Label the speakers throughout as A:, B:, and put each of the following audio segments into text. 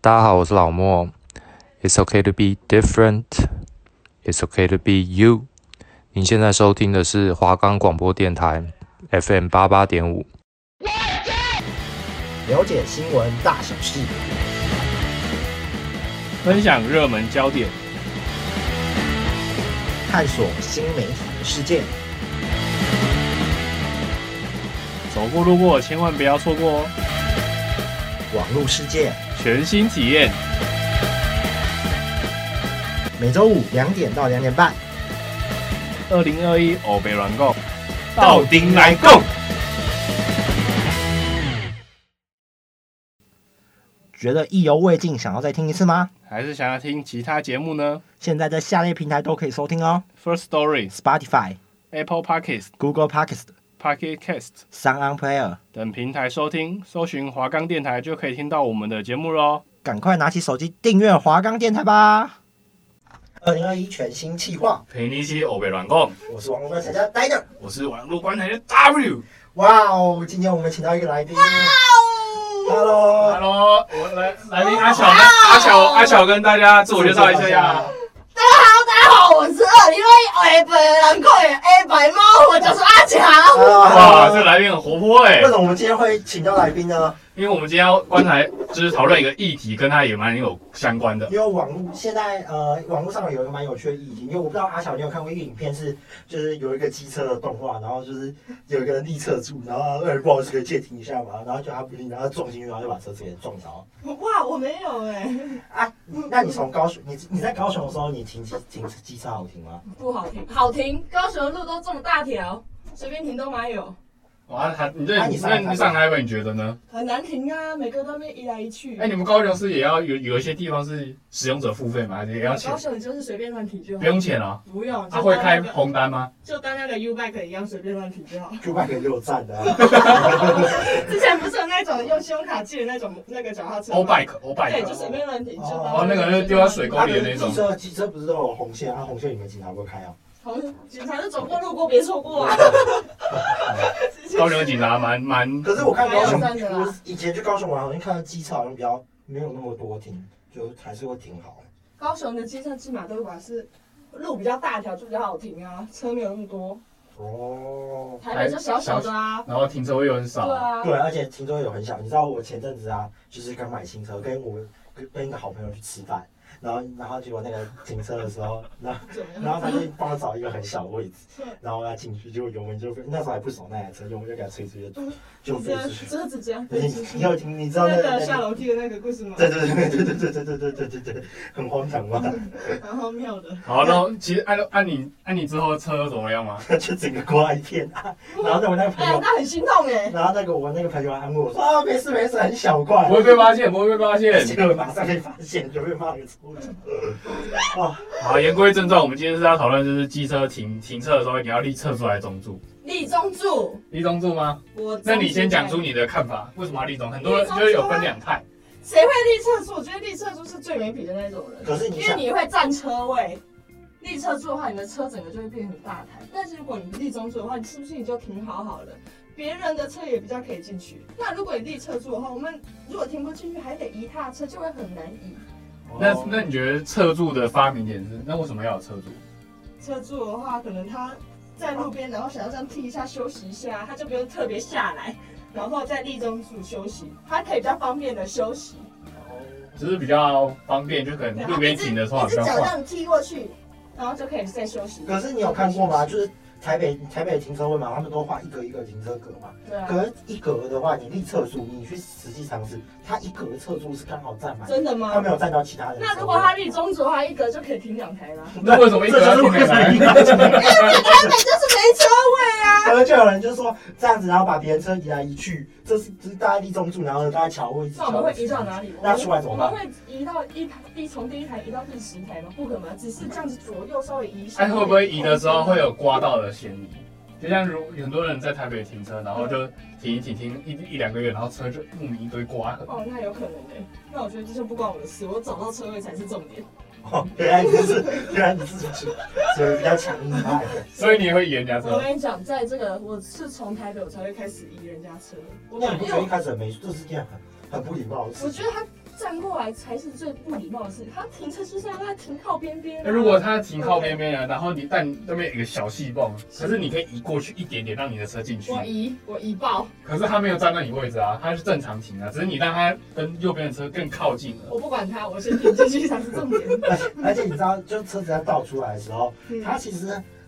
A: 大家好，我是老莫。It's okay to be different. It's okay to be you. 您现在收听的是华冈广播电台 FM 八八点五。
B: 了解新闻大小事，
C: 分享热门焦点，
B: 探索新媒体的世界。
C: 走过路过千万不要错过哦！
B: 网络世界，
C: 全新体验，
B: 每周五两点到两点半，
C: 二零二一欧北软购，
B: 到顶来共。觉得意犹未尽，想要再听一次吗？
C: 还是想要听其他节目呢
B: 现在在下列平台都可以收听哦
C: ？First Story、
B: ：Spotify、
C: Apple Podcasts、
B: Google Podcast、
C: Pocket Cast
B: Sound On Player。
C: 等平台收听，搜寻华冈电台就可以听到我们的节目喽。
B: 赶快拿起手机订阅华冈电台吧！二零二一全新企划，
C: 陪你一起欧北软购，
B: 我是网络观察家 d 的。
C: 我是网络观台的 W。
B: 哇哦，今天我们请到一个来宾。Hello，
C: Hello，我来来宾阿巧，阿巧，阿巧跟大家自我介绍一下呀。。
D: Hello，大家好，
C: 哦
D: 我是二零二一 A 本人控也 A 白猫，我就是阿强。
C: 哇，
B: 哇，
C: 这个来宾很活泼哎、
B: 为什么我们今天会请到来宾呢？
C: 因为我们今天要观台就是讨论一个议题，跟他也蛮有相关的。
B: 因为网络现在呃，网络上有一个蛮有趣的议题，因为我不知道阿小你有看过一个影片是，就是有一个机车的动画，然后就是有一个人立车柱，然后呃不好意思可以借停一下嘛，然后就他不停，然后撞进去，然后就把车子给撞着。
D: 哇，我没有哎、
B: 啊，那你从高雄，你你在高雄的时候，你停机停机车好停吗？
D: 不好停，好停，高雄的路都这么大条，随便停都蛮有，
C: 哇，他你对
B: 那你
C: 你
B: 上
C: 那
B: 海
C: 你上海本你觉得呢？
D: 很难停啊，每个都被一来一去。
C: 哎，你们高雄是也要有有一些地方是使用者付费吗？还是也要钱
D: 高？雄你就是随便乱停就好
C: 不，用钱啊？
D: 不用，
C: 他
D: 就
C: 会
D: 当那
C: 开
D: 个
C: 红单吗？
D: 就当那个 U bike 一样随便乱停就好。
B: 就卖给六站的啊、
D: 之前不是有那种用信用卡借的那种那个脚踏车吗
C: 欧拜克，欧拜
D: 对，
C: 克
D: 就。随便乱停，就当
B: 哦
C: 哦，那个就丢在水沟
B: 啊可
C: 里的那
B: 是
C: 种
B: 机。车机车不是都有红线，啊红线你们警察不会开啊？
D: 好，哦警察就走过路过，别错过啊！
C: 高雄的警察蛮 蛮，
B: 可是我看高雄，
D: 还有站着啊
B: 我以前去高雄玩，好像看到机车好像比较没有那么多停，就还是会停好。
D: 高雄的机车骑马都管是路比较大条，就比较好停啊，车没有那么多。
B: 哦，
D: 台北就小小的啊，
C: 然后停车位又很
D: 对
C: 少。
D: 啊，
B: 对，而且停车有很小。你知道我前阵子啊，就是刚买新车，跟我跟跟一个好朋友去吃饭，然后然后结果那个停车的时候，然后
D: 怎么
B: 然
D: 样？
B: 后他就帮我找一个很小的位置，然后要进去，结果油门就被那时候还不熟那台车，油门就给它吹出去，
D: 嗯
B: 就飞出去。
D: 车子这样飞
B: 你
D: 出去
B: 你，有听？你知道那
D: 那
B: 个
D: 个下楼梯的那个故事吗？
B: 对对对对对对对对对对对对，很荒唐嘛，
D: 嗯蛮荒谬的。
C: 好，然后其实按按你按你之后车怎么样吗？
B: 就整个刮一片啊。然后我那个朋
D: 哎呀
B: 友，，
D: 那很心痛哎。
B: 然后那个我那个朋友还问我说啊，没事没事，很小块
C: 不。会被发现，不会被发现。
B: 结果马上被发现，就被骂个臭头。啊，
C: 好，言归正传，我们今天是要讨论就是机车停停车的时候你要立侧柱还是中柱？
D: 立中柱，
C: 立中柱吗？
D: 我
C: 那你先讲出你的看法，为什么要立中？很多人
D: 立中
C: 就是有分两派。
D: 谁会立侧柱？我觉得立侧柱是最没品的那种人，
B: 可是你
D: 因为
B: 想，
D: 你会占车位。立侧柱的话，你的车整个就会变很大台。但是如果你立中柱的话，你是不是你就停好好了？别人的车也比较可以进去。那如果你立侧柱的话，我们如果停不进去，还得移踏车，就会很难移。
B: 哦
C: 那那你觉得侧柱的发明点是？那为什么要有侧柱？
D: 车柱的话，可能他在路边，然后想要这样踢一下休息一下，他就不用特别下来，然后在立中柱休息，他可以比较方便的休息。
C: 只是比较方便，就可能嗯路边停的话
D: 一
C: 比
D: 只
C: 较
D: 脚这
C: 快。
D: 样踢过去，然后就可以再休息。
B: 可是你有看过吗？？就是台北台北停车位嘛，他们都画一格一格停车格嘛。
D: 对啊，
B: 可是一格的话，你立侧柱，你去实际尝试，它一格侧柱是刚好占满，
D: 真的
B: 它
D: 吗
B: 没？有占到其他人的车位。
D: 那如果他 立中柱的话，一格就可以停两台 啦。
C: 那为什么一
B: 这
C: 直
B: 就
C: 要
B: 是
C: 停
B: 为
C: 下
B: 什么
C: 来
B: 一？格就没有
D: 根本就是没车位啊！
B: 然后就有人就说这样子，然后把别人车移来移去，这是这是大家立中柱，然后大家瞧位置。
D: 那我们会移到哪里？
B: 那出来怎么办
D: 我们会移到一台，一从第一台移到第十台吗？不可能，只是这样子左右稍微移一下。
C: 哎，会不会移的时候会有刮到的嫌疑？就像如很多人在台北停车，然后就停一停停一一两个月，然后车就莫名一堆刮痕。
D: 哦，那有可能哎、那我觉得这就不关我的事，我找到车位才是重点。
B: 哦，原来你是原来你是嘴比较强硬派的。
C: 所以你也会沿人家
D: 我
C: 车？
D: 跟你讲，在这个我是从台北我才会开始移人家车，我
B: 那你不
D: 因
B: 觉得一
D: 为
B: 开始很没，这是件很很不礼貌的
D: 我
B: 事情？
D: 觉得他站过来才是最不礼貌的事。他停车就是让他停靠边边、啊
C: 那哎如果他停靠边边了，然后你但那边有一个小细缝，可是你可以移过去一点点，让你的车进去。
E: 我移，我移爆，
C: 可是他没有站到你位置啊，他是正常停啊，只是你让他跟右边的车更靠近了。
E: 我不管他，我先停进去才是重点。
B: 而且你知道，就车子要倒出来的时候，
D: 嗯
B: 它其实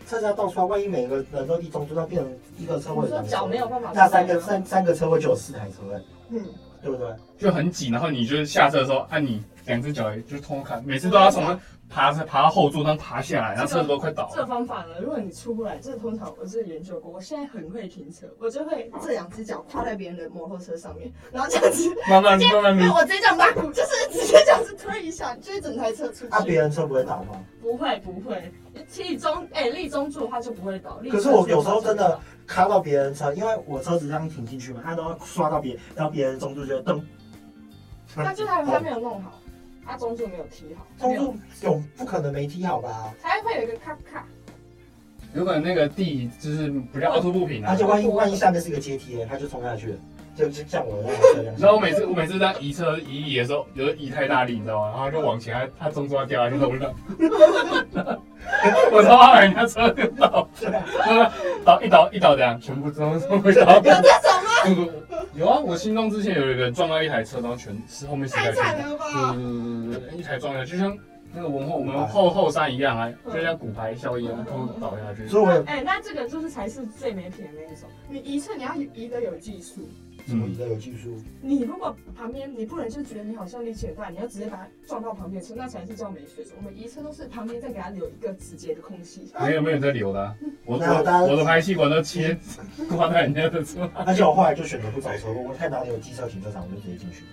B: 车子要倒出来，万一每个人都立中柱，那变成一个车位
D: 你
B: 有
D: 说
B: 两个车
D: 脚
B: 位
D: 没有办法，
B: 那三个，三三个车位就有四台车位，
D: 嗯，
B: 对不对？
C: 就很挤，然后你就下车的时候按你两只脚就通看，每次都要从那爬爬到后座那爬下来，然后车子都快倒
D: 这个
C: 了。
D: 方法呢，如果你出不来，这个通常我是研究过，我现在很会停车，我就会这两只脚跨在别人的摩托车上面，然后这样子，
C: 慢慢慢慢
B: 嗯
D: 没有，
C: 慢，
D: 我直接这样拉鼓，就是直接这样子推一下，就是整台车出
B: 啊，
D: 去。
B: 别人车不会倒吗？
D: 不会不会，立中哎立中柱的话就不会倒。立
B: 可是
D: 侧柱
B: 我有时候
D: 的话就
B: 真
D: 不会
B: 的
D: 倒，
B: 卡到别人车，因为我车子这样停进去嘛，它都要刷到别人，然后别人中柱就蹬。
D: 那就他他没有弄好，他中柱没有踢好，
B: 哦中
D: 没有
B: 柱有不可能没踢好吧？
D: 才会有一个咔咔。
C: 有可能那个地就是比较凹凸不平啊
B: 而且。万一万一下面是一个阶梯，他就冲下去了，就就像我那样这
C: 你知道
B: 样。
C: 我每次我每次在移车移一移的时候，有时候移太大力，你知道吗？然后就往前，它它中间掉下去头 上，我他妈把人家车就倒，倒一倒一倒这样，全部都都会倒。
D: 有这种吗？
C: 有啊，我心中之前有一个撞到一台车，然后全是后面十台
D: 太
C: 全
D: 惨了吧！
C: 嗯，一台撞下去，就像那个文后我们后后山一样啊，
D: 嗯
C: 就像骨牌效应啊，通通倒下去。
B: 所以我也
D: 哎、那这个就是才是最没品的那一种。你移车你要移得有技术，
B: 怎
C: 嗯
B: 么移的有技术？
D: 你如果旁边你不能就觉得你好像力气很大，你要直接把它撞到旁边车，那才是叫没水准。我们移车都是旁边再给它留一个直接的空隙。
C: 没有没有在流的啊、我
B: 那当然
C: 我我的排气管都切 挂在人家的车。
B: 而且我后来就选择不走车路，我看哪里有机车停车场，我就直接进去。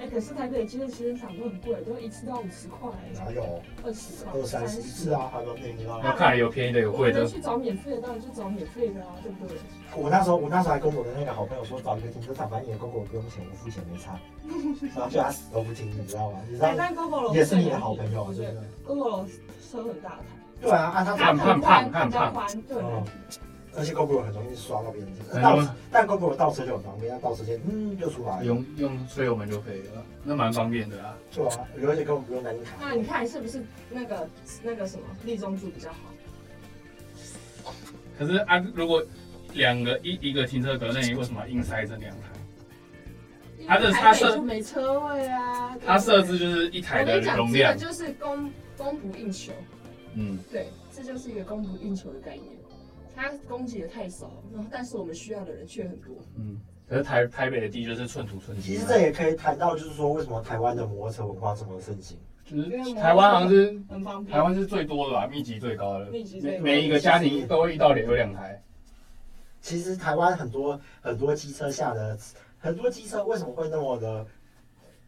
D: 哎、可是台北的机车其实场都很贵，都一次到五十块、
B: 哪有
D: 二十块、
B: 二三十一次啊？还有那你知道
C: 那
B: 吗？
C: 看来有便宜的有
D: 我
C: 贵的
D: 能，去找免费的，当然就找免费的啊，对不对？
B: 我那时候我那时候还跟我的那个好朋友说，找一个停车场，反正你的公狗不用钱，我付钱没差。 然后就他死都不听，你知道吗？你知道
D: 哎，但 GoGo 楼
B: 也是你的好朋友，是不是？
D: ，GoGo 楼车很大台，
B: 对啊，啊他
D: 嗯
C: 很胖胖
D: 它比较
C: 胖
D: 宽，对。
B: 嗯 而且 GoPro 很容易刷到别人车，
C: 嗯
B: 倒但 GoPro 倒车就很方便，它倒车间嗯就出来了，
C: 用用吹油门就可以了，那蛮方便的啊。
B: 对啊，而且根本不用担心卡。
D: 那你看是不是那个那个什么立中柱比较好？
C: 可是啊，如果两个一一个停车格内，为什么要硬塞这两台？它这
D: 因为
C: 它
D: 台北
C: 设
D: 就没车位啊，
C: 它设置
D: 置
C: 就是一台
D: 我
C: 的
D: 跟你讲，
C: 容
D: 这个
C: 量，
D: 就是供供不应求，
C: 嗯，
D: 对，这就是一个供不应求的概念。它供给的太少，然后但是我们需要的人却很多。
C: 嗯，可是台台北的地就是寸土寸
B: 其
C: 金
B: 实
C: 啊，
B: 这也可以谈到，就是说为什么台湾的摩托车文化这么盛行。
C: 就是台湾好像是
D: 很方便
C: 台。湾是最多的吧，密集最高的，
D: 密集最
C: 每
D: 高
C: 每一个家庭都会遇到有两台。
B: 其实台湾很多很多机车下的很多机车为什么会那么的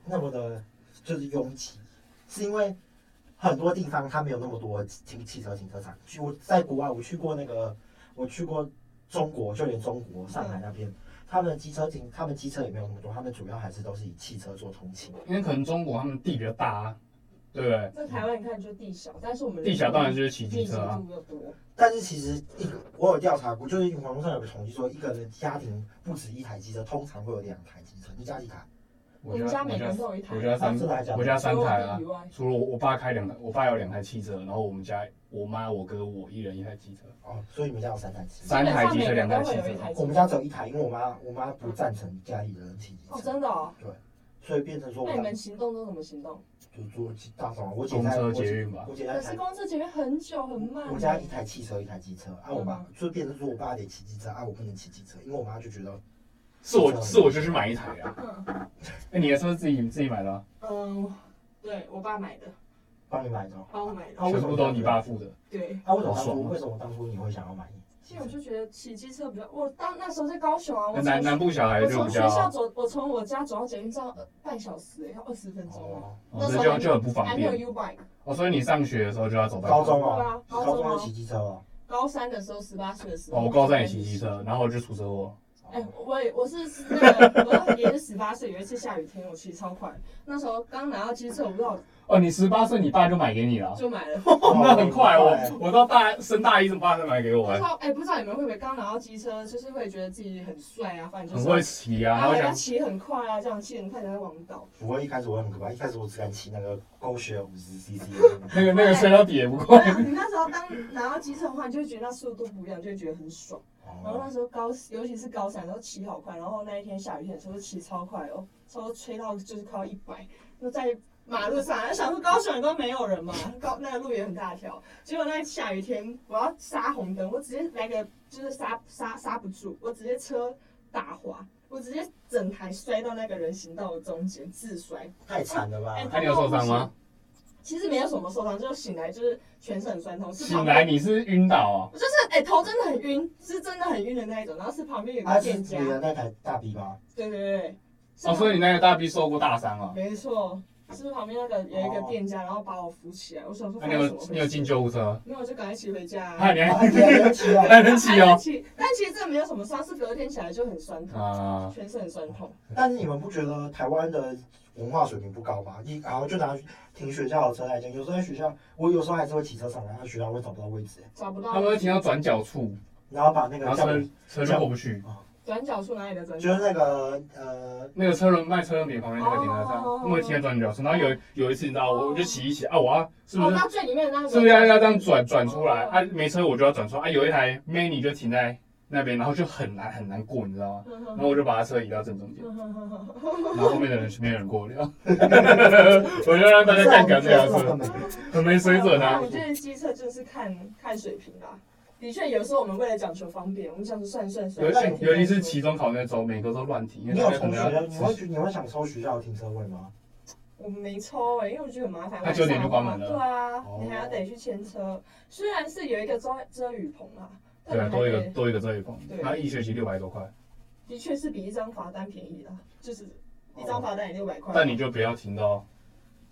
B: 那么的，就是拥挤，是因为很多地方它没有那么多停汽车停车场。去我在国外，我去过那个，我去过中国，就连中国上海那边，他们的机车停，他们机车也没有那么多，他们主要还是都是以汽车做通勤。
C: 因为可能中国他们地比较大、啊，对不对？
D: 那台湾你看就地小，但是我们
C: 地小当然就是骑
D: 密
C: 机
D: 集
C: 车啊。
D: 度又多。
B: 但是其实一个我有调查过，就是网络上有个统计说，一个人的家庭不止一台机车，通常会有两台机车。你家几台？
D: 我们家每个人都有一台
C: 我家
B: 啊
C: 三
B: 真的还假的
C: 我家三台啊
D: 除了我弟以外，
C: 除了我我爸开两台，我爸有两台汽车，然后我们家我妈我哥我一人一台汽车，
B: 哦，所以你们家有三台机车。
C: 三台机车
D: 基本
C: 两
D: 上
C: 台
D: 每个人
C: 汽
D: 都会有一
C: 车。
D: 台机车
B: 我们家只有一台，因为我妈我妈不赞成家里的人骑机
D: 哦，
B: 车，
D: 真的哦。
B: 所以变成说我
D: 那你们
B: 们
D: 行动都怎么行动？
B: 就坐大众啊。我姐
C: 公
B: 在
C: 车
B: 我
C: 捷
B: 姐
C: 运吧，
B: 我姐在
D: 可是
B: 台，
D: 公车前面很久很慢欸。嗯
B: 我家一台汽车一台机车啊，我妈就变成说我爸得骑机车啊，我不能骑机车，因为我妈就觉得，
C: 是我是我就去买一台啊。
D: 嗯，
C: 哎，你的车自己自己买的啊，
D: 嗯，对我爸买的，
B: 帮你买的哦。
D: 帮我买的。
B: 啊，为
C: 全
B: 什
C: 部
B: 么
C: 都你爸？付的，
D: 对，
B: 啊，为什么当
C: 好爽
B: 初
C: 啊
B: 为什么当初你会想要买？
D: 所以我就觉得骑机车比较，我当那时候在高雄啊，我
C: 南南
D: 从
C: 部小孩
D: 我
C: 就
D: 从
C: 比
D: 学
C: 较
D: 校走，我从我家走到捷运站呃半小时，要二十分钟啊，
B: 哦，
C: 哦，所以就就很不方
D: 还没有
C: 便
D: U bike。
C: 哦。所以你上学的时候就要走半
B: 高
C: 小时。
B: 中
D: 对
B: 哦
D: 啊，
B: 高
D: 高中
B: 中
D: 啊
B: 就骑机车哦。
D: 高三的时候，十八岁的时候，
C: 哦哦，我高三也骑机。车，然后我就出车祸。
B: 哦
D: 哎、我也我是那个，我也是十八岁，有一次下雨天，我骑超快，那时候刚拿到机车，我不知道
C: 哦，你十八岁，你爸就买给你了，
D: 就买了。
C: 哦， 那很快哦
B: 很。
C: 我到大升大一，怎么爸才买给我
D: 不知
C: 哎？
D: 道哎、不知道你们会不会刚拿到机车，就是会觉得自己很帅啊，反正就
C: 很
D: 是
C: 会骑啊，
D: 然
C: 然后
D: 后要
C: 想
D: 骑很快啊，这样骑很快才会往 到。
B: 不过一开始我很可怕，一开始我只敢骑那个狗血五十 CC，
C: 那个那个摔到底也不
D: 然
C: 过。
D: 后啊你那时候当拿到机车的话，你就会觉得那速度不一样，就会觉得很爽。
C: 哦
D: 然
B: 哦
D: 后那时候高，尤其是高三，然后骑好快，然后那一天下雨天的时候骑超快哦，差不多吹到就是快要一百，那在马路上，想说高雄都没有人嘛，高那个路也很大条，结果那下雨天我要刹红灯，我直接来个就是刹刹刹不住，我直接车打滑，我直接整台摔到那个人行道的中间自摔，
B: 太惨了吧
D: 哎、？
C: 那你有受伤吗？
D: 其实没有什么受伤，就是醒来就是全身很酸痛，是
C: 醒
D: 旁边
C: 来你是晕倒啊
D: 我就是哎、头真的很晕，是真的很晕的那一种，然后是旁边有
B: 啊，
D: 个
B: 是
D: 店
B: 你
D: 家，
B: 的那台大 B 吗？
D: 对对对，是
C: 哦，哦，所以你那个大臂受过大伤啊？
D: 没错，是旁边那个有一个店家，然后把我扶起来，我想说
C: 那
D: 发
C: 你
D: 生
C: 有
D: 什么回事
C: 你有进救护车？
D: 没有，我就赶快骑回家、
C: 那你
B: 啊
C: 还
B: 你还能骑哦？
C: 还能骑哦？
D: 骑，但其实真的没有什么伤，是隔天起来就很酸痛，
C: 啊，
D: 全身很酸痛。
B: 但是你们不觉得台湾的文化水平不高吗？一然后就拿停学校的车来讲，有时候在学校，我有时候还是会骑车上来，然后学校会找不到位置，
D: 找不
C: 他
D: 到
C: 们会停啊到转角处，
B: 然后把那
C: 然
B: 个
C: 后
B: 教
C: 车
B: 育，
C: 车就过不去。
D: 转角处哪里的转
B: 就
D: 角？
B: 是那个呃，
C: 那个车轮卖车轮饼旁边那个停车场，
D: 哦
C: 那么停在转角处。然后有有一次，你知道，我我就骑一骑啊，我要是不
D: 哦，
C: 是
D: 到最里面的那个。
C: 是不是要要这样转转出来？啊，没车我就要转出来。啊，有一台 Mini 就停在那边，然后就很难很难过，你知道吗？
D: 嗯
C: 然
D: 哼？
C: 后我就把他车移到正中间，
D: 嗯哼哼哼哼
C: 然后后面的 人是没有人过得了，我就让大家干啊掉这辆车，很没水准啊
D: 我！觉得机车就是看看水平啦。的确，有时候我们为了讲求方便，我们想说算算算
C: 尤
B: 有。
C: 其尤其是期中考那周，每个都乱停，因为
B: 你
C: 大
B: 有
C: 家可
B: 抽
C: 能
B: 学校，
C: 要
B: 你会你会想抽学校的停车位吗？
D: 我们没抽哎、因为我觉得很麻烦。
C: 他9点就关门了
D: 对啊
B: 哦，
D: 你还要得去牵车。虽然是有一个遮遮雨棚啊，但
C: 对啊，
D: 还
C: 多一个
D: 得
C: 多一个这一棚
D: 对，
C: 然后一学期六百多块，
D: 的确是比一张罚单便宜啊，就是一张罚单也六
B: 嗯
D: 百块。
C: 哦但你就不要停到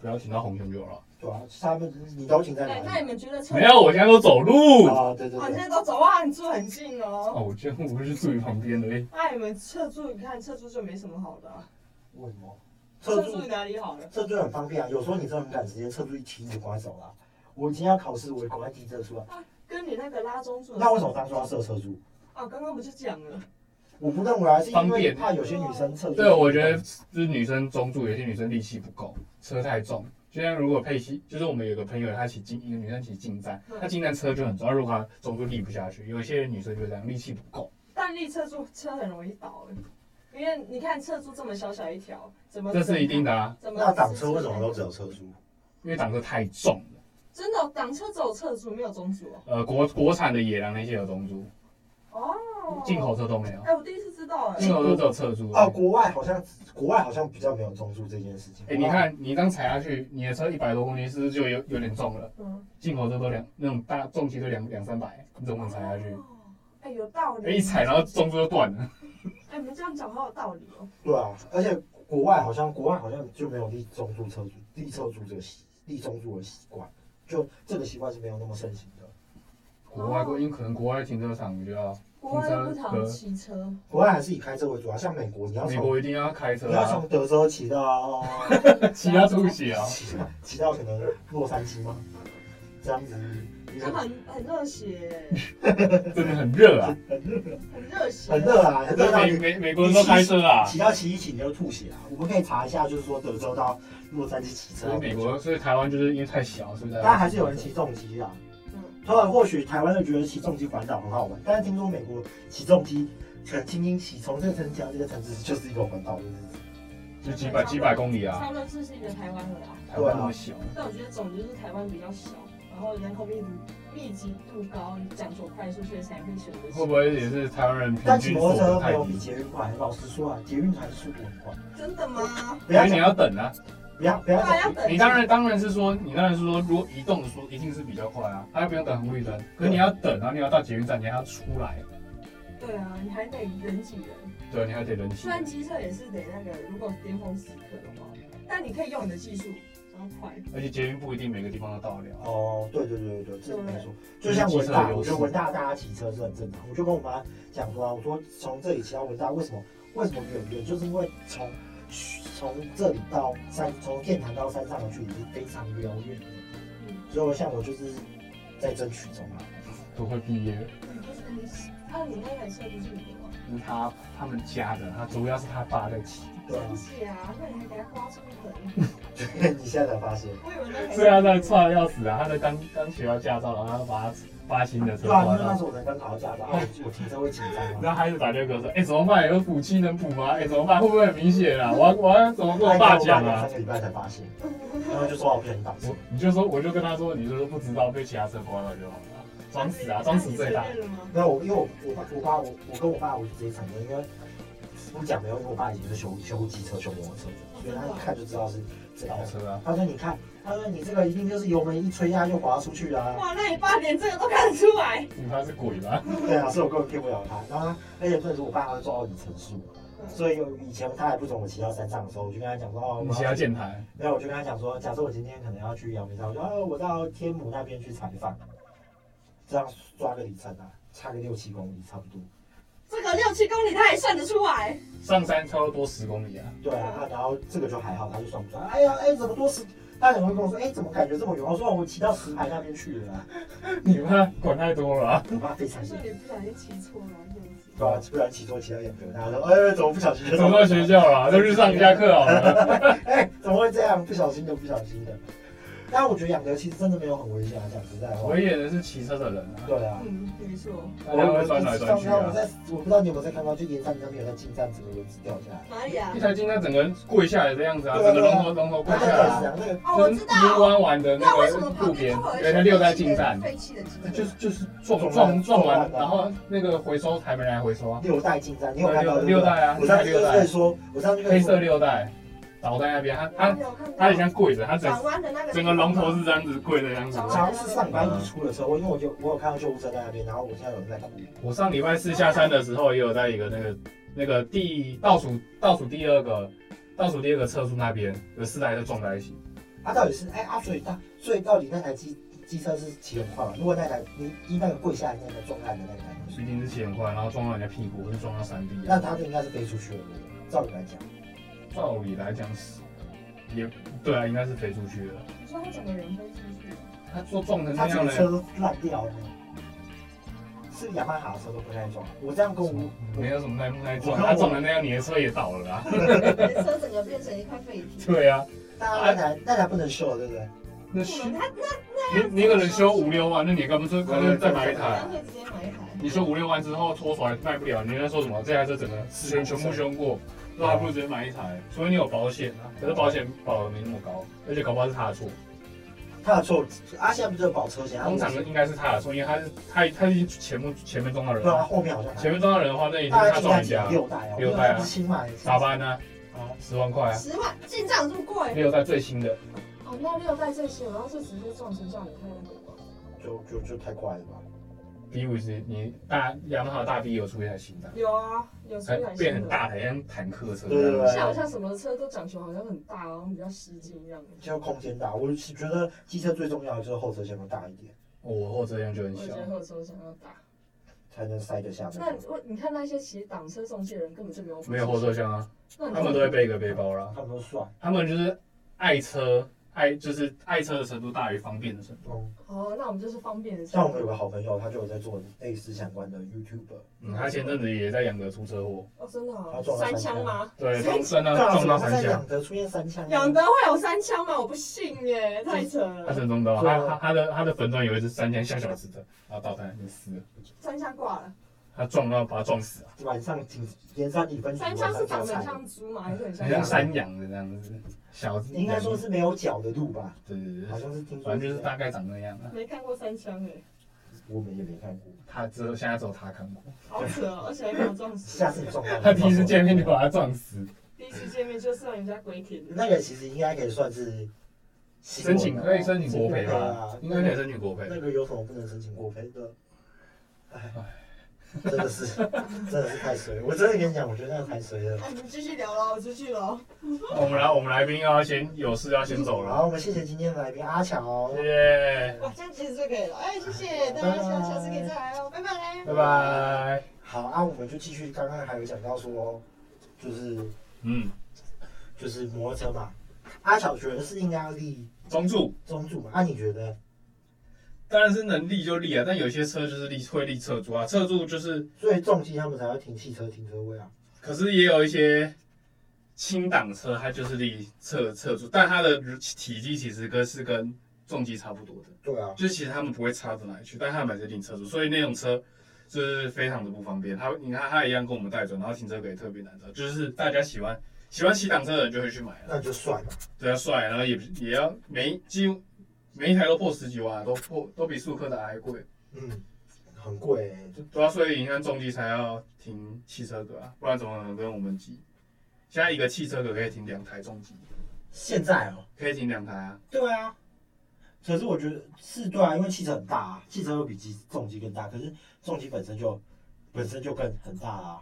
C: 不要停到红熊就好了。
B: 对啊，他们你都停在
D: 哎那
B: 哪
D: 你
B: 里？
D: 们觉得车
C: 没有，我现在都走路。
B: 啊，对对
D: 哦，你现
B: 对，
D: 在都走哇，你住很近哦。
C: 哦，我这样我是住你旁边的欸，
D: 那你们侧住，你看侧住就没什么好的、啊，
B: 为什么？
D: 侧
B: 车
D: 住
B: 住
D: 哪里好了？
B: 车就很方便啊，有时候你真的很赶时间，车住一骑就赶快走了。我今天要考试，我也赶快提车出来。
D: 跟你那个拉中柱的，
B: 那为什么当初要设车住？
D: 啊？刚刚不就讲了？
B: 我不认为啊，是因
C: 方
B: 为
C: 便
B: 怕有些女生侧住。
C: 对，我觉得就是女生中柱，有些女生力气不够，车太重。就像如果配骑，就是我们有个朋友，她骑进一个女生骑进站，
B: 嗯
C: 她进站车就很重，如果她中柱立不下去，有一些女生就这样力气不够。
D: 但立侧柱车很容易倒、欸，因为你看侧柱这么小小一条，怎
B: 嗯
D: 么
C: 这是一定的啊，
D: 怎么
B: 那挡车为什么都只有车主？
C: 因为挡车太重了。
D: 真的哦挡车只有侧柱没有中哦柱
C: 呃，国国产的野狼那些有中柱，
D: 哦。哦，
C: 进口车都没有
D: 哎、，我第一次知道哎、
C: 进口车只有侧柱。
B: 哦，国外好像国外好像比较没有中柱这件事情。
C: 哎、你看你这样踩下去，你的车一百多公斤，是不是就有有点重了？
D: 嗯，
C: 进口车都两那种大重机都两两三百，你怎么能踩下去？
D: 哦哎、有道
C: 哎
D: 理。
C: 一踩然后中柱就断了。
D: 哎、你们这样讲好有道理哦。
B: 对啊，而且国外好像国外好像就没有立中柱车主立车主这个习立中柱的习惯，就这个习惯是没有那么盛行的。
C: 国外国因可能国外停车场比较，
D: 国外又不常骑车，
B: 国外还是以开车为主啊，像美国你要
C: 美
B: 从
C: 国一定要开车
B: 你要
C: 啊，
B: 从德州骑到
C: 骑到吐血啊。
B: 骑到骑到可能洛杉矶嘛，这样子。你
D: 它很很热血，
C: 真的很热啊，
D: 很热血，
B: 很热啊，很热到
C: 美
B: 你
C: 美美国人都开车啊，
B: 骑到骑一骑你就吐血啊。我们可以查一下，就是说德州到洛杉矶骑车
C: 所以，美国所以台湾就是因为太小，是不是？
B: 当然还是有人骑重机啊。
D: 嗯，
B: 他们或许台湾人觉得骑重机环岛很好玩，但是听说美国骑重机，可能轻轻骑从这个城市骑到这个城市就是一个环岛的日子。
C: 就几百几百公里啊，
D: 超乐市是一个台湾的啦。
C: 台湾那么小，
D: 但我觉得总之就是台湾比较小，然后人口密度密集度高，讲求快速，所以才会选择骑
C: 会不会也是台湾人平
B: 但骑
C: 均
B: 摩
C: 所
B: 托车
C: 得
B: 没
C: 太
B: 有比
C: 低？
B: 捷运快，老实说啊，捷运还是速度很快。
D: 真的吗？
B: 不
C: 因
B: 要
C: 为你
B: 讲，
C: 要等啊，
B: 不要不要
D: 那要
B: 讲，
D: 等。
C: 你当然当然是说，你当然是说，如果移动的说一定是比较快啊，他又不用等红绿灯，可是你要等，啊然后你要到捷运站，你还要出来，
D: 对啊，你还得人挤人。
C: 对，你还得人挤
D: 虽。然机车也是得那个，如果巅峰时刻的话，但你可以用你的技术然后快。
C: 而且捷运不一定每个地方都到得了。啊
B: 哦，对对对对，这
D: 对
B: 没错。就像文
C: 骑车
B: 大，
C: 有
B: 我觉得
C: 事
B: 文大大家骑车是很正常。我就跟我妈讲说啊，我说从这里骑到文大，为什么为什么远远，就是因为从从这里到山，从电台到山上的距离是非常遥远的。
D: 嗯
B: 所以我像我就是在争取中啊。
C: 都快毕业了，
D: 嗯，那你那台车不是你吗？
C: 是他他们家的，他主要是他爸在骑。
B: 对 啊
D: 生，气啊！那你还给他刮出痕，
B: 你现在才发现。
D: 我以为那 台
C: 是啊，那串的要死啊！他在刚刚学到驾照，然后他把他发新的车
B: 对啊，因
C: 刮
B: 为那
C: 到
B: 时，候我才刚考到驾照，啊我我骑车会紧张啊。
C: 然后他就打电话给我说：“哎、怎么办？有补漆能补吗？哎、怎么办？会不会很明显啊？我要我要怎么
B: 哎
C: 跟我爸讲
B: 两
C: 啊
B: 三个礼拜才发现，然后就说啊我不小心打？”车
C: 我。你就说，我就跟他说，你就说不知道被其他车刮到就好了，装死啊，装死最大
D: 那。你承认了吗
B: 没有，我因为我我爸我爸我我跟我爸我就直接承认，因为不讲没有，因为我爸以前是修修机车、修摩托车的，所以他一看就知道是这
C: 倒
B: 辆车。
C: 车啊！
B: 他说：“你看，他说你这个一定就是油门一吹压就滑出去啊啦、
D: 哇，那你爸连这个都看得出来？
C: 你他是鬼吧？
B: 对啊，所以我根本骗不了他。然后他，而且那时候我爸他会抓到里程数，所以有以前他还不准我骑到山上的时候，我就跟他讲说：哦，
C: 你
B: 我
C: 骑
B: 要
C: 到建台，
B: 没有，我就跟他讲说，假设我今天可能要去阳明山，我说哦，我到天母那边去采访，这样抓个里程啊，差个六七公里差不多。
D: 这个六七公里他也算得出来，
C: 上山差不多十公里啊！
B: 对啊，然后这个就还好，他就算不出来。哎呀，哎，怎么多十？他可能会跟我说，哎，怎么感觉这么远？我说哦我骑到石牌那边去了啊。
C: 你妈管太多了、啊。
B: 我妈非常
D: 他
B: 生
D: 说
B: 气，
D: 你不小心骑错了，是
B: 对啊，不然骑错骑到眼边，他说，哎，怎么不小心？
C: 走到学校了，就去上一下课好 了。
B: 哎，怎么会这样？不小心的，不小心的。但我觉得养德其实真的没有很危险啊，讲实在话。
C: 危险的是骑车的人啊，
B: 对啊。
D: 嗯，没错。
C: 大家会转来转去
B: 我
C: 啊。
B: 在，我不知道你有没有在看到，就岩上那边有在进站，整个轮子掉下来。
D: 哪里啊
C: 一？台金它整个跪下来的样子啊，
B: 对啊
C: 整个龙头龙头跪
B: 那
C: 下
B: 个
C: 来，
B: 那个
D: 哦，
C: 就
D: 我
C: 是
D: 知
C: 泥
D: 道。
C: 湾玩的那
D: 那为
C: 个
D: 什么
C: 路
D: 旁
C: 边
D: 边会有，一
C: 原
D: 些
C: 来六代进站，
D: 废弃的机车？
C: 就是就是撞
B: 撞
C: 撞
B: 完
C: 撞
B: 撞
C: 完，
B: 完
C: 然后那个回收还没来回收啊，
B: 六代进站，你有看到
C: 六六代啊，
B: 我
C: 六
B: 上
C: 代
B: 次
C: 六
B: 就跟
C: 代
B: 你，说，我上次就
C: 黑
B: 跟你
C: 色
B: 说，
C: 六代，倒在那边，他他
D: 有看到
C: 他很像跪着，他整
D: 转弯的那个
C: 整个龙头是这样子跪的样子。
B: 好像是上礼拜一出的车祸，因为我就我有看到救护车在那边，然后我现在有在看，
C: 我上礼拜四下山的时候，也有在一个那个那个第倒数倒数第二个倒数第二个车速那边，有四台车撞在一起，
B: 他到底是哎啊，所以他所以到底那台机机车是骑很快嘛？如果那台你一那个跪下来那个撞烂的那台，
C: 一定是骑很快，然后撞到人家屁股，或是撞到山壁啊。
B: 那他就应该是飞出去了，对不对照理来讲，
C: 照理来讲是，也对啊，应该是飞出去了。
D: 你说他整个人飞出去，
C: 他说撞成
B: 他
C: 那
B: 整
C: 样
B: 个
C: 嘞，
B: 车都烂掉了。是雅马哈的车都不太撞，我这样跟我
C: 没有什么耐不耐撞，他撞成那样，你的车也倒了啦。
D: 你哎的车整个变成一块废 铁。
C: 对啊，
B: 那那台那台不能修了，对不对？
C: 那
D: 不
C: 修
D: 能，他
C: 你你可能修五六万，那你干嘛说可能再买一台
D: 干？脆直接买一台。
C: 啊你修五六万之后拖出来卖不了，你在说什么？这台车整个事情全部凶过，那还不如直接买一台，除非你有保险啊。可是保险保的没那么高，而且搞不好是他的错，
B: 他的错，啊，现在不是有保车险，啊
C: 通常应该是他的错，因为他是他他已经前面前面撞到人
B: 不然
C: 了，
B: 后面好像还
C: 前面撞到人的话，那一定
B: 大概
C: 是他
B: 进
C: 撞
B: 站
C: 人
B: 只有
C: 家，
B: 六代啊，
C: 六代啊
B: 不是新买的，
C: 咋办呢？
B: 啊？
C: 十万块啊，
D: 十万进账这么贵？
C: 六代最新的。
D: 哦，那六代最新，然后是直接撞成这样，你看那个。
B: 就就就太快了吧？
C: B 五十，你大雅马哈大 B 有出一台新的，
D: 有啊，有出
C: 还
D: 来
C: 哎变很大台，像坦克车
B: 对
C: 这
B: 对
C: 样。
B: 对
D: 像好像什么车都讲求好像很大，然后比较吸睛一样。
B: 就空间大，我是觉得机车最重要的就是后车厢要大一点，
C: 我后车厢就很
D: 我
C: 小
D: 觉，得后车厢要大。
B: 才能塞得下那
D: 那
B: 个。
D: 你我你看那些骑挡车中介人根本就没有
C: 没有后，车厢啊，
D: 那你
C: 他们都会背一个背包啦。
B: 啊他们都帅，
C: 他们就是爱车，爱就是爱车的程度大于方便的程度。
B: 嗯，
D: 哦，那我们就是方便的车。
B: 像我们有个好朋友，他就有在做类似相关的 YouTuber，
C: 嗯，他前阵子也在养德出车祸，
D: 哦，真的
B: 他
D: 哦，
B: 撞了
D: 三
B: 三
D: 枪吗？
C: 对，撞撞到撞到
B: 啊他在
C: 三峡，
B: 养德出现三枪，
D: 养德会有三枪吗？我不信耶，太扯
C: 他
D: 了，
C: 真中到，
B: 对
C: 他
B: 啊
C: 他他的他的粉钻有一只三千小小只的，然后倒在那边撕了，
D: 三枪挂了。
C: 他撞到把他撞死啊，
B: 晚上挺连山里分
D: 三枪是长得很像猪吗？还是很像
C: 很像山羊的这样子，小只
B: 应该说是没有脚的路吧？
C: 对对
B: 好
C: 对，
B: 像是听说，
C: 反正就是大概长那样啊。
D: 没看过三枪哎，
B: 我们也没看过。
C: 他只有现在只有他看过，
D: 好扯哦，而且还没有撞死。
B: 下次你撞到
C: 他第一次见面就把他撞死，
D: 第一次见面就送人家鬼铁，
B: 那个其实应该可以算是新闻
C: 申
B: 了
C: 请可以申请国赔
B: 新闻
C: 吧
B: 啊？
C: 应该可以申请国赔
B: 那。个有什么不能申请国赔的？哎，真的 是，真的是太衰了。我真的跟你讲，我觉得那个太衰了。
D: 那你们继续聊了，我出去了。
C: 我们来，我们来宾要先有事要先
B: 好，
C: 走了，
B: 我们谢谢今天的来宾阿乔，
C: 谢谢，
D: 哇，这样结束就可以了。哎，谢谢大家，下下次可以再来哦，拜拜。
C: 拜拜。
B: 好啊，我们就继续。刚刚还有讲到说，就是
C: 嗯，
B: 就是摩托车嘛，阿巧觉得是应该要立
C: 中柱
B: 中柱嘛，啊，你觉得？
C: 当然是能立就立啊，但有些车就是立会立侧柱啊，侧柱就是，
B: 所以重机他们才要停汽车停车位啊。
C: 可是也有一些轻档车，它就是立侧侧柱，但它的体积其实跟是跟重机差不多的。
B: 对啊，
C: 就其实他们不会差到哪里去，但他们还是订车主，所以那种车就是非常的不方便。他你看他一样跟我们带转，然后停车格也特别难找，就是大家喜欢喜欢骑挡车的人就会去买啊了，
B: 那就算了。
C: 对啊，帅，然后也也要每几乎每一台都破十几万，都破都比速克达还贵，
B: 嗯，很贵、欸，
C: 就对啊，所以你看重机才要停汽车格啊，不然怎么能跟我们挤？现在一个汽车格可以停两台重机，
B: 现在哦、
C: 可以停两台啊，
B: 对啊。可是我觉得是对啊，因为汽车很大、啊，汽车会比机重机更大，可是重机本身就本身就更很大啊啦、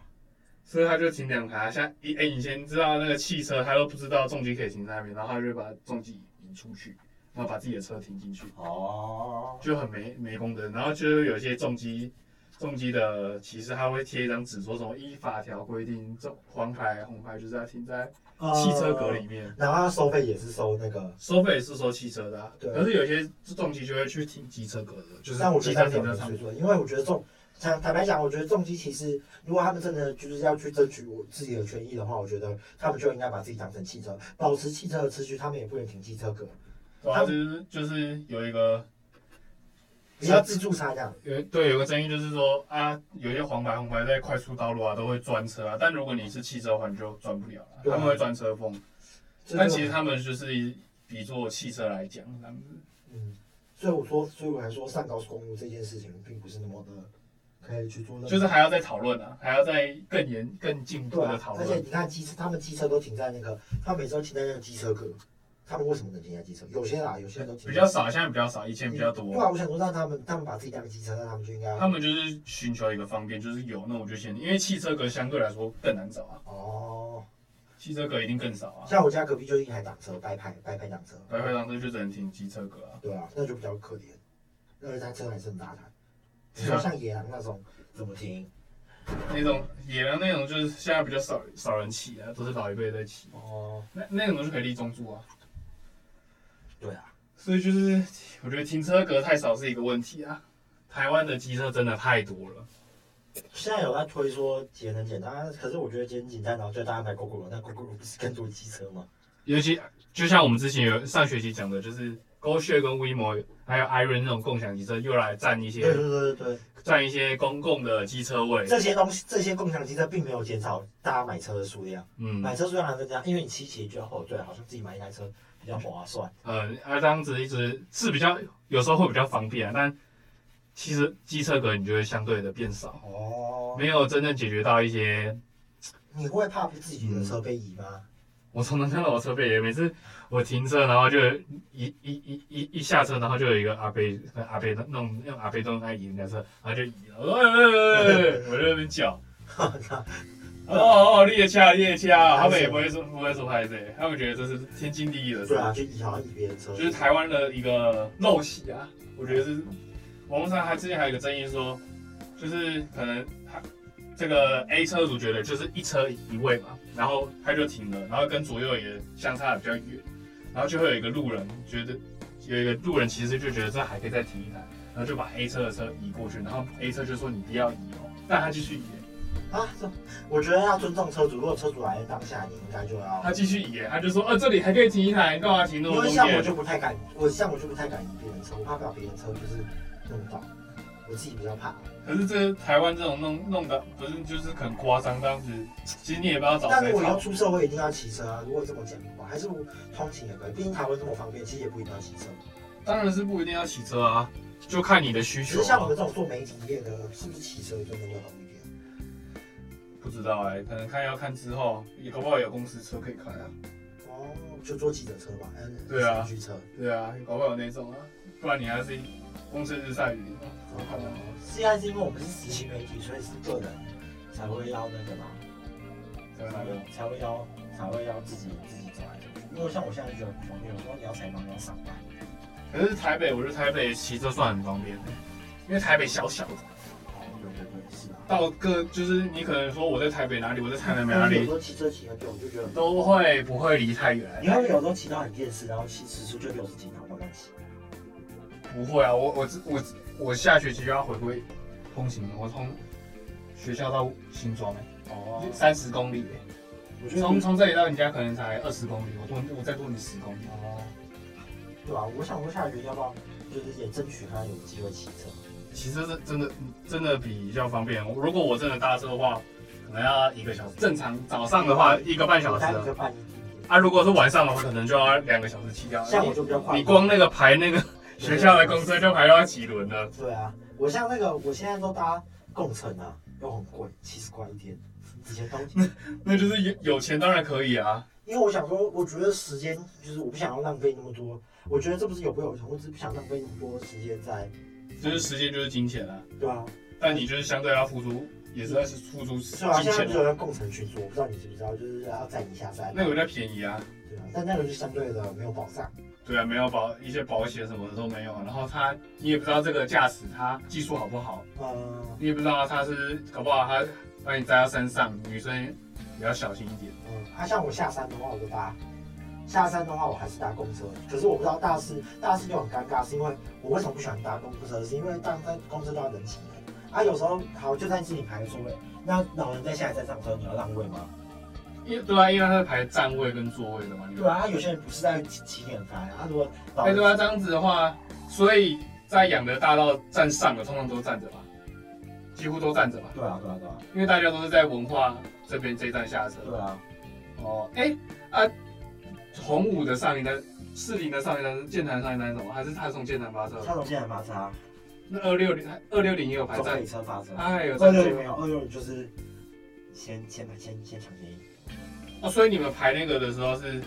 C: 所以他就停两台啊。像以哎、以前知道那个汽车，他都不知道重机可以停在那边，然后他就把重机引出去，然后把自己的车停进去，
B: 哦，
C: 就很没没功德。然后就是有一些重机重机的骑士，他会贴一张纸说什么依法条规定，这黄牌红牌就是要停在汽车格里
B: 呃。
C: 面。
B: 然后它收费也是收那个，
C: 啊收费是收汽车的、啊，
B: 对
C: 可是有些重机就会去停机车格的，就是
B: 但我觉
C: 机
B: 得
C: 车
B: 他
C: 停
B: 们有
C: 车场
B: 水。准，因为我觉得重，坦坦白讲，我觉得重机其实，如果他们真的就是要去争取我自己的权益的话，我觉得他们就应该把自己当成汽车，保持汽车的秩序，他们也不能停汽车格，
C: 对啊，就是就是有一个
B: 不要自助餐这样。
C: 有对有个争议就是说啊，有些黄牌红牌在快速道路啊都会专车啊，但如果你是汽车的话，你就专不了了，
B: 对啊
C: 他们会专车风。
B: 这
C: 但
B: 就
C: 其实他们就是比作汽车来讲，这样子。
B: 嗯，所以我说，所以我来说，上高速公路这件事情并不是那么的可以去做任何，
C: 就是还要再讨论啊，还要再更严更进一步
B: 对
C: 的
B: 啊
C: 讨，
B: 而且
C: 论。
B: 你看机车，他们机车都停在那个，他们每次都停在那个机车格，他们为什么能停在机车？有些啦，有些人都停
C: 比较少，现在比较少，以前比较
B: 对啊，
C: 多。
B: 我想说让他们，他们把自己当机车，那他们就应该要
C: 他们就是寻求一个方便，就是有那我就先，因为汽车格相对来说更难找啊，
B: 哦，
C: 汽车格一定更少啊，
B: 像我家隔壁就是一台挡车，白牌白牌挡车，
C: 白牌当车就只能停机车格啊。
B: 对啊，那就比较可怜，而且他车还是很大台，你
C: 对啊
B: 说像野狼那种怎么停？
C: 那种野狼那种就是现在比较少少人骑啊，都是老一辈在骑。
B: 哦，
C: 那那种东西可以立中柱啊。
B: 对啊，
C: 所以就是我觉得停车格太少是一个问题啊。台湾的机车真的太多了，
B: 现在有在推说节能减碳，可是我觉得节能减碳，然后就大家买 GoGo 罗，那 GoGo 罗不是更多机车吗？
C: 尤其就像我们之前有上学期讲的，就是 GoShare 跟 WeMo 还有 Iron 那种共享机车又来占
B: 对
C: 一些
B: 对对对
C: 占一些公共的机车位
B: 对，。这些东西这些共享机车并没有减少大家买车的数量，
C: 嗯，
B: 买车数量还是这样，因为你骑起来觉得后对，好像自己买一台车比较划算。
C: 呃，啊这样子一直是比较有时候会比较方便、啊，但其实机车格你就会相对的变少，
B: 哦，
C: 没有真正解决到一些
B: 你会怕自己的车被移吗？
C: 我常常看到我车被每次我停车，然后就一一一一一下车，然后就有一个阿伯阿伯弄用阿伯弄来移人家车，然后就移了，我就在那边叫， 哦哦哦，列车列车，他们也不会说不会说拍这，他们觉得这是天经地义的事
B: 对，啊，就移好像移别人车，
C: 就是台湾的一个陋习啊，我觉得是网络上还之前还有一个争议说，就是可能他这个 A 车主觉得就是一车一位嘛，然后他就停了，然后跟左右也相差的比较远，然后就会有一个路人觉得有一个路人其实就觉得这还可以再停一台，然后就把 A 车的车移过去，然后 A 车就说你不要移哦，但他继续移，
B: 啊，这我觉得要尊重车主。如果车主来当下，你应该就要
C: 他。继续移，他就说呃这里还可以停一台，你干嘛停那
B: 因
C: 么
B: 为
C: 中
B: 像我
C: 间？
B: 就不太敢，我像我就不太敢移别人车，我怕把别人车就是弄到，我自己比较怕。
C: 可是这台湾这种弄弄的，不是就是很夸张这样子，其实你也不知道找
B: 但
C: 谁
B: 如果要
C: 吵。
B: 出社会，一定要骑车啊！如果这么讲的话，还是我通勤也可以。毕竟台湾这么方便，其实也不一定要骑车。
C: 当然是不一定要骑车啊，就看你的需
B: 其
C: 求
B: 实像我
C: 啊。
B: 们这种做媒体业的，是不是骑车真的会好一点？
C: 不知道哎、可能看要看之后，也搞不好有公司车可以开啊。
B: 哦，就坐记者车吧，嗯，
C: 对啊
B: 社区车。
C: 对啊，搞不好有那种啊，不然你还是公司日晒雨淋。
B: 现哦在是因为我们是实习媒体，所以是个人才会要那个嘛，
C: 对
B: 啊
C: 吧？
B: 才会要才会要自己自己走来走去。因为像我现在就觉得很方便，有时候你要采访你要上班，
C: 可是台北，我觉得台北骑车算很方便的，因为台北小小的，
B: 哦，对对对，是啊。
C: 到各就是你可能说我在台北哪里，我在台南哪
B: 但是有
C: 里
B: 时，候骑车骑很久，我就觉得很
C: 都会不会离太
B: 你
C: 远。
B: 会有时候骑到很厌世，然后骑时速就六十几，然后慢慢骑。
C: 不会啊，我我我我下学期就要回归通勤，我从学校到新庄欸
B: 哦
C: 三十公里、欸
B: 我觉得
C: 从从这里到你家可能才二十公里，我多我再多你十公里。
B: 哦，对啊，我想问下雨要不要，就是也争取看有机会骑车。
C: 骑车是真的真的比较方便。如果我真的搭车的话，可能要一个小时。正常早上的话一个半小时
B: 我待一
C: 啊
B: 个半一天。
C: 啊，如果是晚上的话，可能就要两个小时起掉。
B: 像我就比较快。
C: 你光那个排那个学校的公车就排到几轮了。
B: 对啊，我像那个，我现在都搭共乘啊，又很贵，七十块一天。以前都，
C: 那就是有有钱当然可以啊，
B: 因为我想说，我觉得时间就是我不想要浪费那么多。我觉得这不是有不有钱，我只是不想浪费那么多时间在，
C: 就是时间就是金钱啊，
B: 对啊，
C: 但你就是相对要付出，也是要是付出
B: 对啊，
C: 金
B: 现在
C: 钱
B: 不是
C: 啊。
B: 有人共乘群组，我不知道你知不知道，就是要载你下山，
C: 那个比较便宜啊，
B: 对啊，但那个就相对的没有保障，
C: 对啊，没有保一些保险什么的都没有，然后他你也不知道这个驾驶他技术好不好，
B: 嗯
C: 你也不知道他是搞不好他把你载到山上，女生也要小心一点。
B: 嗯，啊，像我下山的话，我就搭。下山的话，我还是搭公车。可是我不知道大四，大四就很尴尬，是因为我为什么不喜欢搭公车？是因为搭在公车都要人挤人啊。有时候好，就算是你排个座位，那老人在下来再上车，你要让位吗？
C: 因为对啊，因为他是排站位跟座位的嘛。你
B: 对。啊，啊有些人不是在起起点排啊。如果老
C: 哎，
B: 人
C: 对啊，这样子的话，所以在养德大道站上的通常都站着吧，几乎都站着吧，
B: 对啊，对啊，对啊，
C: 因为大家都是在文化这边这一站下车。
B: 对啊，
C: 哦，哎啊，洪武的上一站，士林的上一站，剑潭上一站是什么？还是他从剑潭发车？
B: 他从现在发车啊，
C: 那二六零二六零也有排
B: 中
C: 站
B: 北，车发车。
C: 哎有
B: 哦二
C: 站
B: 六
C: 位
B: 零没有，二六零就是先先先先抢便宜。
C: 哦，所以你们排那个的时候是，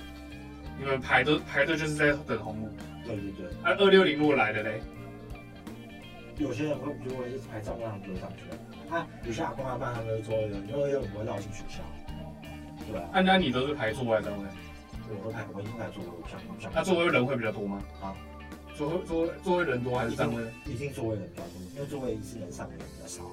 C: 你们排队排队就是在等红路，
B: 对对对，
C: 而二六零路来的嘞，
B: 有些人会如果是排照让他们上去，啊，有些阿公阿爸他们说的，因为又不会绕进学校，对啊，
C: 啊，那你都是排座位单位，
B: 我会排，我应该做，我不想，我不想。
C: 那座位人会比较多吗？
B: 啊，
C: 座位座位座位人多还是站位？
B: 一定座位人比较多，因为座位是人上的人比较少。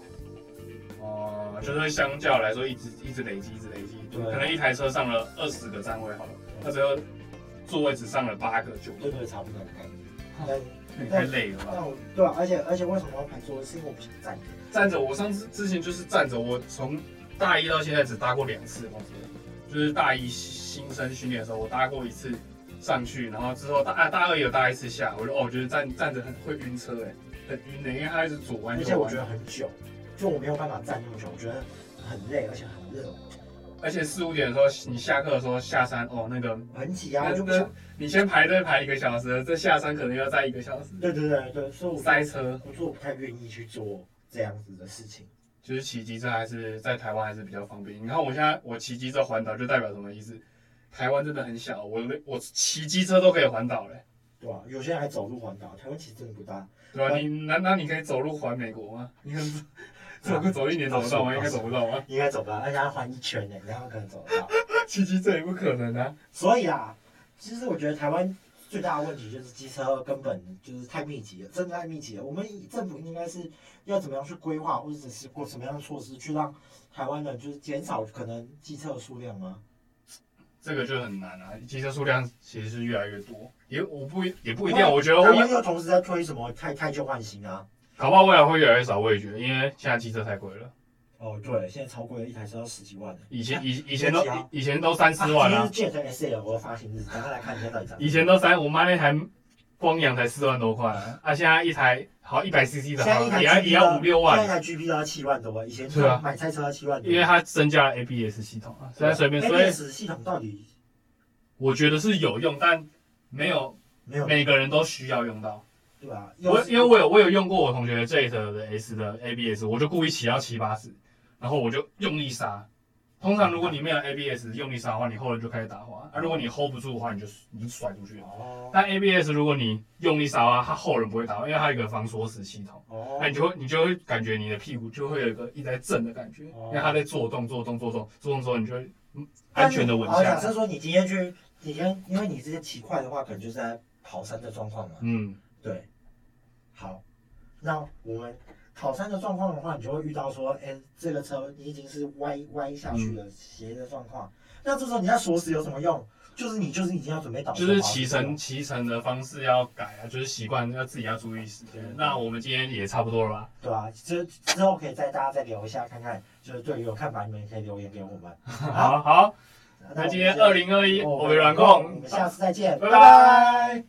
C: 哦、就是相较来说一直一直累积，一直累积，
B: 对啊
C: 可能一台车上了二十个站位好了，那最后座位只上了八个九
B: 对
C: 个，
B: 对，差不多的概念。但
C: 你太累了吧？
B: 但我对啊，而且而且为什么我要排座位？是因为我不想站着。
C: 站着，我上次之前就是站着，我从大一到现在只搭过两次公车，就是大一新生训练的时候，我搭过一次上去，然后之后大啊大二也有搭一次下，我就哦，我觉得站站着很会晕车哎、很晕的、因为它一直左弯
B: 而且
C: 右
B: 我觉得
C: 弯，
B: 很久，就我没有办法站那么久，我觉得很累，而且很热，
C: 而且四五点的时候，你下课的时候下山哦，那个
B: 很挤啊，我就不想。
C: 你先排队排一个小时，这下山可能要再一个小时，
B: 对对对对，所以我
C: 塞车，
B: 我说我不太愿意去做这样子的事情。
C: 就是骑机车还是在台湾还是比较方便。你看我现在我骑机车环岛就代表什么意思？台湾真的很小，我我骑机车都可以环岛嘞。
B: 对啊，有些人还走路环岛，台湾其实真的不大。
C: 对吧、你难道你可以走路环美国吗？你可能走
B: 啊
C: 个走一年走得到吗？ 应该走不到吧？
B: 应该走吧，而且他环一圈呢，然后可能走得到。
C: 骑机这也不可能啊！
B: 所以啊，其实我觉得台湾最大的问题就是机车根本就是太密集了，真的太密集了。我们政府应该是要怎么样去规划，或者是过什么样的措施去让台湾人就是减少可能机车的数量吗？
C: 这个就很难啊。机车数量其实是越来越多，也我不也不一定
B: 对
C: 啊，
B: 啊
C: 我觉得
B: 台湾
C: 会
B: 又同时在推什么太太旧换新啊？
C: 搞不好未来会越来越少。我也觉得，因为现在机车太贵了，
B: 哦，对，现在超过了一台车要十几万呢。
C: 以前以以前都
B: 对啊
C: 以前都三四万
B: 啊！
C: 啊，
B: 今天是 Jet S L 我的发行日，赶快来看一下到底涨。
C: 以前都三，我妈那台光阳才四万多块啊，啊现在一台好一百 CC 的
B: 现在一
C: 好，
B: 台
C: 也要
B: GP
C: 也要五六
B: 现
C: 万，
B: 在一台 GP 都要七万多，以前
C: 是啊
B: 买菜车要七万多。
C: 因为它增加了 ABS 系统啊，现在随便所以
B: ABS 系统到底
C: 我觉得是有用，但没有
B: 没有
C: 每个人都需要用到。
B: 哎对吧？
C: 我因为我有我有用过我同学的 J 的 S 的 ABS，我就故意骑到七八十，然后我就用力刹，通常如果你没有 ABS 用力刹的话，你后轮就开始打滑；啊，如果你 hold 不住的话，你就你就甩出去了。
B: 哦
C: 但 ABS 如果你用力刹的话，它后轮不会打滑，因为它有一个防锁死系统，
B: 哦
C: 那你就会你就会感觉你的屁股就会有一个一直在震的感觉，
B: 哦
C: 因为它在做动做动做动做动之后，你就会嗯安全的稳
B: 哦
C: 下
B: 假设
C: 来。
B: 说你今天去，你今天因为你之前骑快的话，可能就是在跑山的状况嘛。
C: 嗯，
B: 对，好，那我们跑山的状况的话，你就会遇到说，哎、这个车你已经是歪歪下去
C: 嗯
B: 了，斜的状况。那这时候你要锁死有什么用？就是你就是已经要准备倒车啊滑
C: 就
B: 出去了，
C: 是骑乘骑乘的方式要改啊，就是习惯要自己要注意时间
B: 对。
C: 那我们今天也差不多了吧？
B: 对吧、之之后可以再大家再聊一下，看看就是对于有看法，你们也可以留言给我们。好
C: 好好，
B: 那
C: 那
B: 我们
C: 今天二零二一，
B: 我
C: 哦我
B: 们
C: 们软
B: 我
C: 控
B: 们，下次再见，
C: 拜拜。